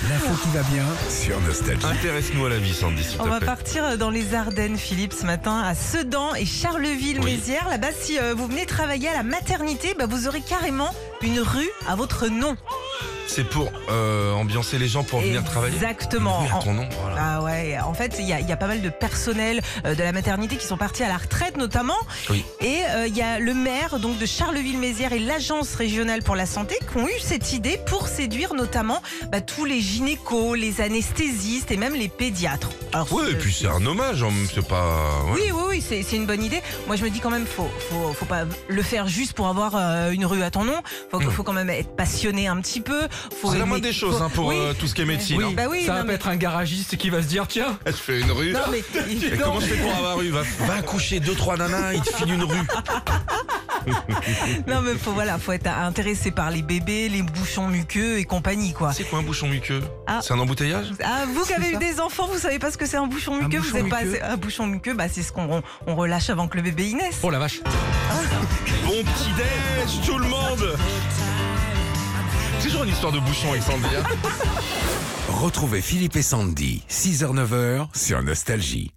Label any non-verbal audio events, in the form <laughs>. qui va bien sur Nostalgie. Intéresse-nous à la vie, Sandy, s'il On va te plaît. partir dans les Ardennes, Philippe, ce matin, à Sedan et Charleville-Mézières. Là-bas, si euh, vous venez travailler à la maternité, bah, vous aurez carrément une rue à votre nom. C'est pour euh, ambiancer les gens pour venir travailler. Exactement. Oui, à En- ton nom, voilà. Ah ouais, en fait, il y a, il y a pas mal de personnel euh, de la maternité qui sont partis à la retraite notamment. Oui. Et euh, il y a le maire donc de Charleville-Mézières et l'agence régionale pour la santé qui ont eu cette idée pour séduire notamment bah, tous les gynécos, les anesthésistes et même les pédiatres. Alors, euh, Ouais, c'est- et puis c'est un hommage, hein, c'est pas. ouais. Ah, Oui, oui, oui, c'est c'est une bonne idée. Moi, je me dis quand même, faut, faut, faut pas le faire juste pour avoir euh, une rue à ton nom. Faut, Mm. faut quand même être passionné un petit peu. Faut C'est la aimer- moindre des choses faut- hein, pour oui. euh, tout ce qui est médecine. Oui, hein. bah oui, ça va non, pas mais- être un garagiste qui va se dire tiens, Je fais une rue. non, mais- <laughs> Et comment je fais pour avoir eu va, va coucher deux, trois nanas, il te file une rue. non, mais faut voilà, faut être intéressé par les bébés, les bouchons muqueux et compagnie quoi. C'est quoi un bouchon muqueux Ah. C'est un embouteillage Ah, vous qui C'est avez eu ça. des enfants, vous savez pas ce que c'est un bouchon Un muqueux, vous bouchon savez pas muqueux. c'est- un bouchon muqueux, bah c'est ce qu'on on- on relâche avant que le bébé y naisse. oh la vache. Bon petit déj, tout le monde C'est toujours une histoire de bouchon avec Sandy. hein. Retrouvez Philippe et Sandy, 6h-9h sur Nostalgie.